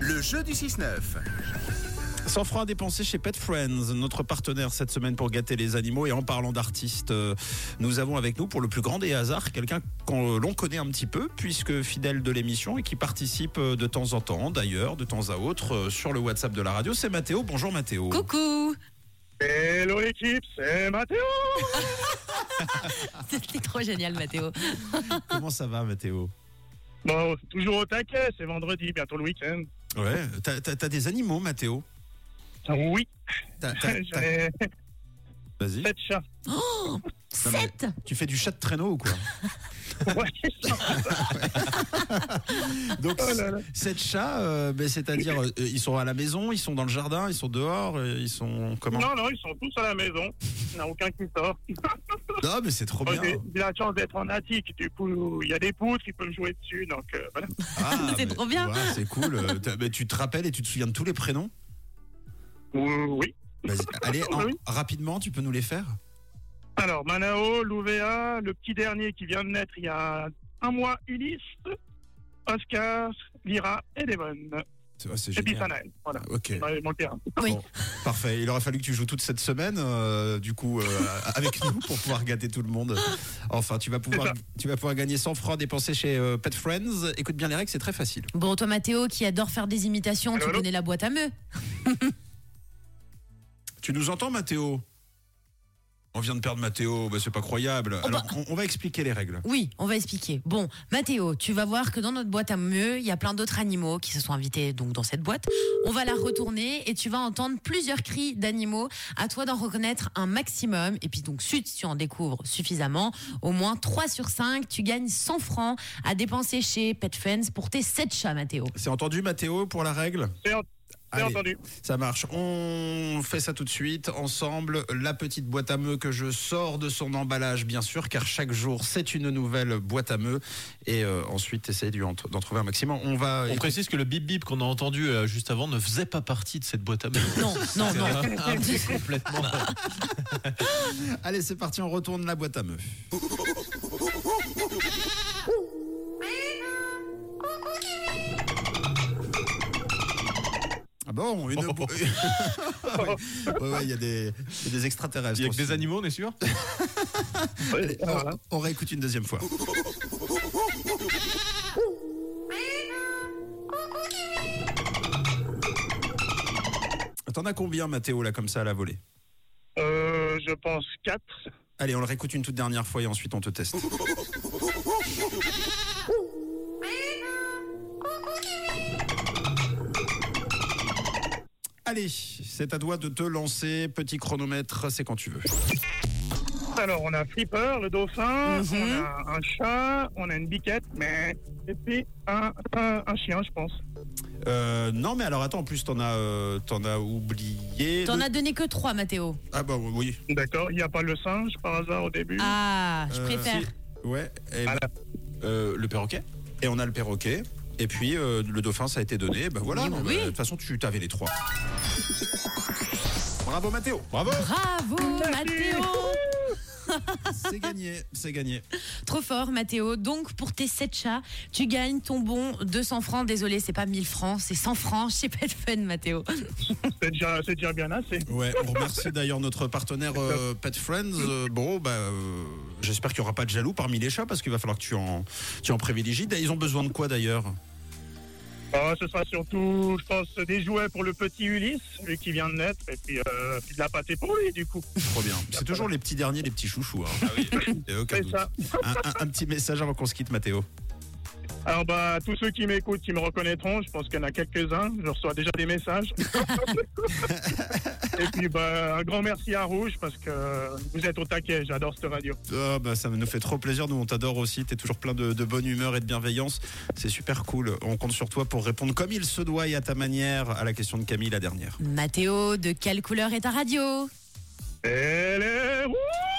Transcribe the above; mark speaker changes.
Speaker 1: Le jeu du 6-9.
Speaker 2: 100 francs à dépenser chez Pet Friends, notre partenaire cette semaine pour gâter les animaux. Et en parlant d'artistes, euh, nous avons avec nous, pour le plus grand des hasards, quelqu'un qu'on euh, l'on connaît un petit peu, puisque fidèle de l'émission et qui participe euh, de temps en temps, d'ailleurs, de temps à autre, euh, sur le WhatsApp de la radio. C'est Mathéo. Bonjour Mathéo.
Speaker 3: Coucou
Speaker 4: Hello l'équipe, c'est Mathéo
Speaker 3: C'était trop génial, Mathéo.
Speaker 2: Comment ça va Mathéo
Speaker 4: Bon, toujours au taquet, c'est vendredi, bientôt le week-end.
Speaker 2: Ouais, t'as- t'as t'as des animaux Mathéo
Speaker 4: Ah Oui,
Speaker 2: T'as- t'as-
Speaker 4: j'en
Speaker 2: t'as-
Speaker 4: ai
Speaker 2: Vas-y.
Speaker 4: 7 chats.
Speaker 2: Non, mais
Speaker 3: 7
Speaker 2: Tu fais du chat de traîneau ou quoi
Speaker 4: Ouais, c'est ça.
Speaker 2: Donc,
Speaker 4: Oh là là.
Speaker 2: sept chats, euh, ben, c'est-à-dire, euh, ils sont à la maison, ils sont dans le jardin, ils sont dehors, euh, ils sont comment
Speaker 4: Non, non, ils sont tous à la maison. Il n'y en a aucun qui sort.
Speaker 2: Non, mais c'est trop
Speaker 4: Bon,
Speaker 2: bien.
Speaker 4: J'ai j'ai la chance d'être en attic, du coup, il y a des poutres, ils peuvent jouer dessus, donc euh, voilà.
Speaker 2: Ah, mais-
Speaker 3: C'est trop bien.
Speaker 2: ouais, c'est cool. Euh, t'as- mais tu te rappelles et tu te souviens de tous les prénoms
Speaker 4: Ouh, Oui.
Speaker 2: Vas-y, allez,
Speaker 4: Oui.
Speaker 2: en- rapidement, tu peux nous les faire
Speaker 4: Alors, Manao, Louvéa, le petit dernier qui vient de naître il y a un mois, Ulysse, Oscar, Lyra et Devon.
Speaker 2: C'est- ouais, C'est
Speaker 4: Et puis
Speaker 2: génial.
Speaker 4: Sanaël, voilà.
Speaker 2: Ok.
Speaker 4: Il m'en manquait un.
Speaker 3: Oui.
Speaker 2: Bon, parfait. Il aurait fallu que tu joues toute cette semaine, euh, du coup, euh, avec nous pour pouvoir gâter tout le monde. Enfin, tu vas pouvoir, tu vas pouvoir gagner 100 francs dépensés chez euh, Pet Friends. Écoute bien les règles, c'est très facile.
Speaker 3: Bon, toi, Mathéo, qui adore faire des imitations,
Speaker 4: Allô,
Speaker 3: tu
Speaker 4: allô
Speaker 3: connais la boîte à meux.
Speaker 2: Tu nous entends, Mathéo On vient de perdre Mathéo, bah, c'est pas croyable.
Speaker 4: Oh,
Speaker 2: Alors, on, on va expliquer les règles.
Speaker 3: Oui, on va expliquer. Bon, Mathéo, tu vas voir que dans notre boîte à meux, il y a plein d'autres animaux qui se sont invités donc dans cette boîte. On va la retourner et tu vas entendre plusieurs cris d'animaux. À toi d'en reconnaître un maximum. Et puis donc, si tu en découvres suffisamment, au moins 3 sur 5, tu gagnes 100 francs à dépenser chez Pet Friends pour tes 7 chats, Mathéo.
Speaker 2: C'est entendu, Mathéo, pour la règle
Speaker 4: C'est en- c'est
Speaker 2: Allez.
Speaker 4: entendu.
Speaker 2: Ça marche. On fait ça tout de suite ensemble. La petite boîte à meux que je sors de son emballage, bien sûr, car chaque jour c'est une nouvelle boîte à meux. Et euh, ensuite, essayer d'y en- d'en trouver un maximum. On va.
Speaker 5: On précise que le bip bip qu'on a entendu euh, juste avant ne faisait pas partie de cette boîte à mail.
Speaker 3: Non, non,
Speaker 5: C'est
Speaker 3: non.
Speaker 5: un- un truc complètement.
Speaker 2: Allez, c'est parti. On retourne la boîte à meux. Ah bon,
Speaker 5: Oh.
Speaker 2: une bo- Ouais, ouais, ouais, il y a des, il y a des extraterrestres.
Speaker 5: Il y a que
Speaker 2: aussi.
Speaker 5: des animaux, on est sûr
Speaker 4: Ouais, voilà.
Speaker 2: On, on réécoute une deuxième fois. T'en as combien, Mathéo, là, comme ça, à la volée
Speaker 4: Euh, je pense 4.
Speaker 2: Allez, on le réécoute une toute dernière fois et ensuite on te teste. Allez, c'est à toi de te lancer. Petit chronomètre, c'est quand tu veux.
Speaker 4: Alors, on a Flipper, le dauphin,
Speaker 3: Mhm.
Speaker 4: on a un chat, on a une biquette, mais et puis un, un, un chien, je pense.
Speaker 2: Euh, non, mais alors attends, en plus, t'en as, euh, t'en as oublié.
Speaker 3: T'en
Speaker 2: deux-
Speaker 3: as donné que 3, Mathéo.
Speaker 2: Ah bah oui.
Speaker 4: D'accord, il n'y a pas le singe par hasard au début.
Speaker 3: Ah, je
Speaker 2: Euh,
Speaker 3: préfère.
Speaker 2: Ouais. Et,
Speaker 4: Ah
Speaker 2: Euh, le perroquet. Et on a le perroquet. Et puis euh, le dauphin, ça a été donné. Ben voilà.
Speaker 3: Oui,
Speaker 2: non,
Speaker 3: oui.
Speaker 2: bah, De toute façon, tu avais les trois. Bravo Mathéo. Bravo.
Speaker 3: Bravo, Mathéo
Speaker 2: C'est gagné. C'est gagné.
Speaker 3: Trop fort, Mathéo. Donc, pour tes 7 chats, tu gagnes ton bon 200 francs. Désolé, c'est pas 1000 francs, c'est 100 francs. C'est pas de fun, Mathéo.
Speaker 4: C'est déjà, c'est déjà bien assez.
Speaker 2: Ouais. On remercie d'ailleurs notre partenaire euh, Pet Friends. Euh, bon, bah, euh, j'espère qu'il n'y aura pas de jaloux parmi les chats parce qu'il va falloir que tu en, tu en privilégies. Ils ont besoin de quoi d'ailleurs
Speaker 4: Ah, ce sera surtout, je pense, des jouets pour le petit Ulysse, lui qui vient de naître, et puis, euh, puis de la pâté pour lui, du coup.
Speaker 2: Trop bien. C'est toujours les petits derniers, les petits chouchous. hein. Et aucun
Speaker 4: C'est
Speaker 2: doute.
Speaker 4: ça.
Speaker 2: Un, un- un petit message avant qu'on se quitte, Mathéo.
Speaker 4: Alors, bah, tous ceux qui m'écoutent, qui me reconnaîtront, je pense qu'il y en a quelques-uns, je reçois déjà des messages. et puis, bah, un grand merci à Rouge, parce que vous êtes au taquet, j'adore cette radio.
Speaker 2: Ah bah ça nous fait trop plaisir, nous on t'adore aussi, t'es toujours plein de, de bonne humeur et de bienveillance, c'est super cool, on compte sur toi pour répondre comme il se doit et à ta manière à la question de Camille la dernière.
Speaker 3: Mathéo, de quelle couleur est ta radio
Speaker 4: Elle est rouge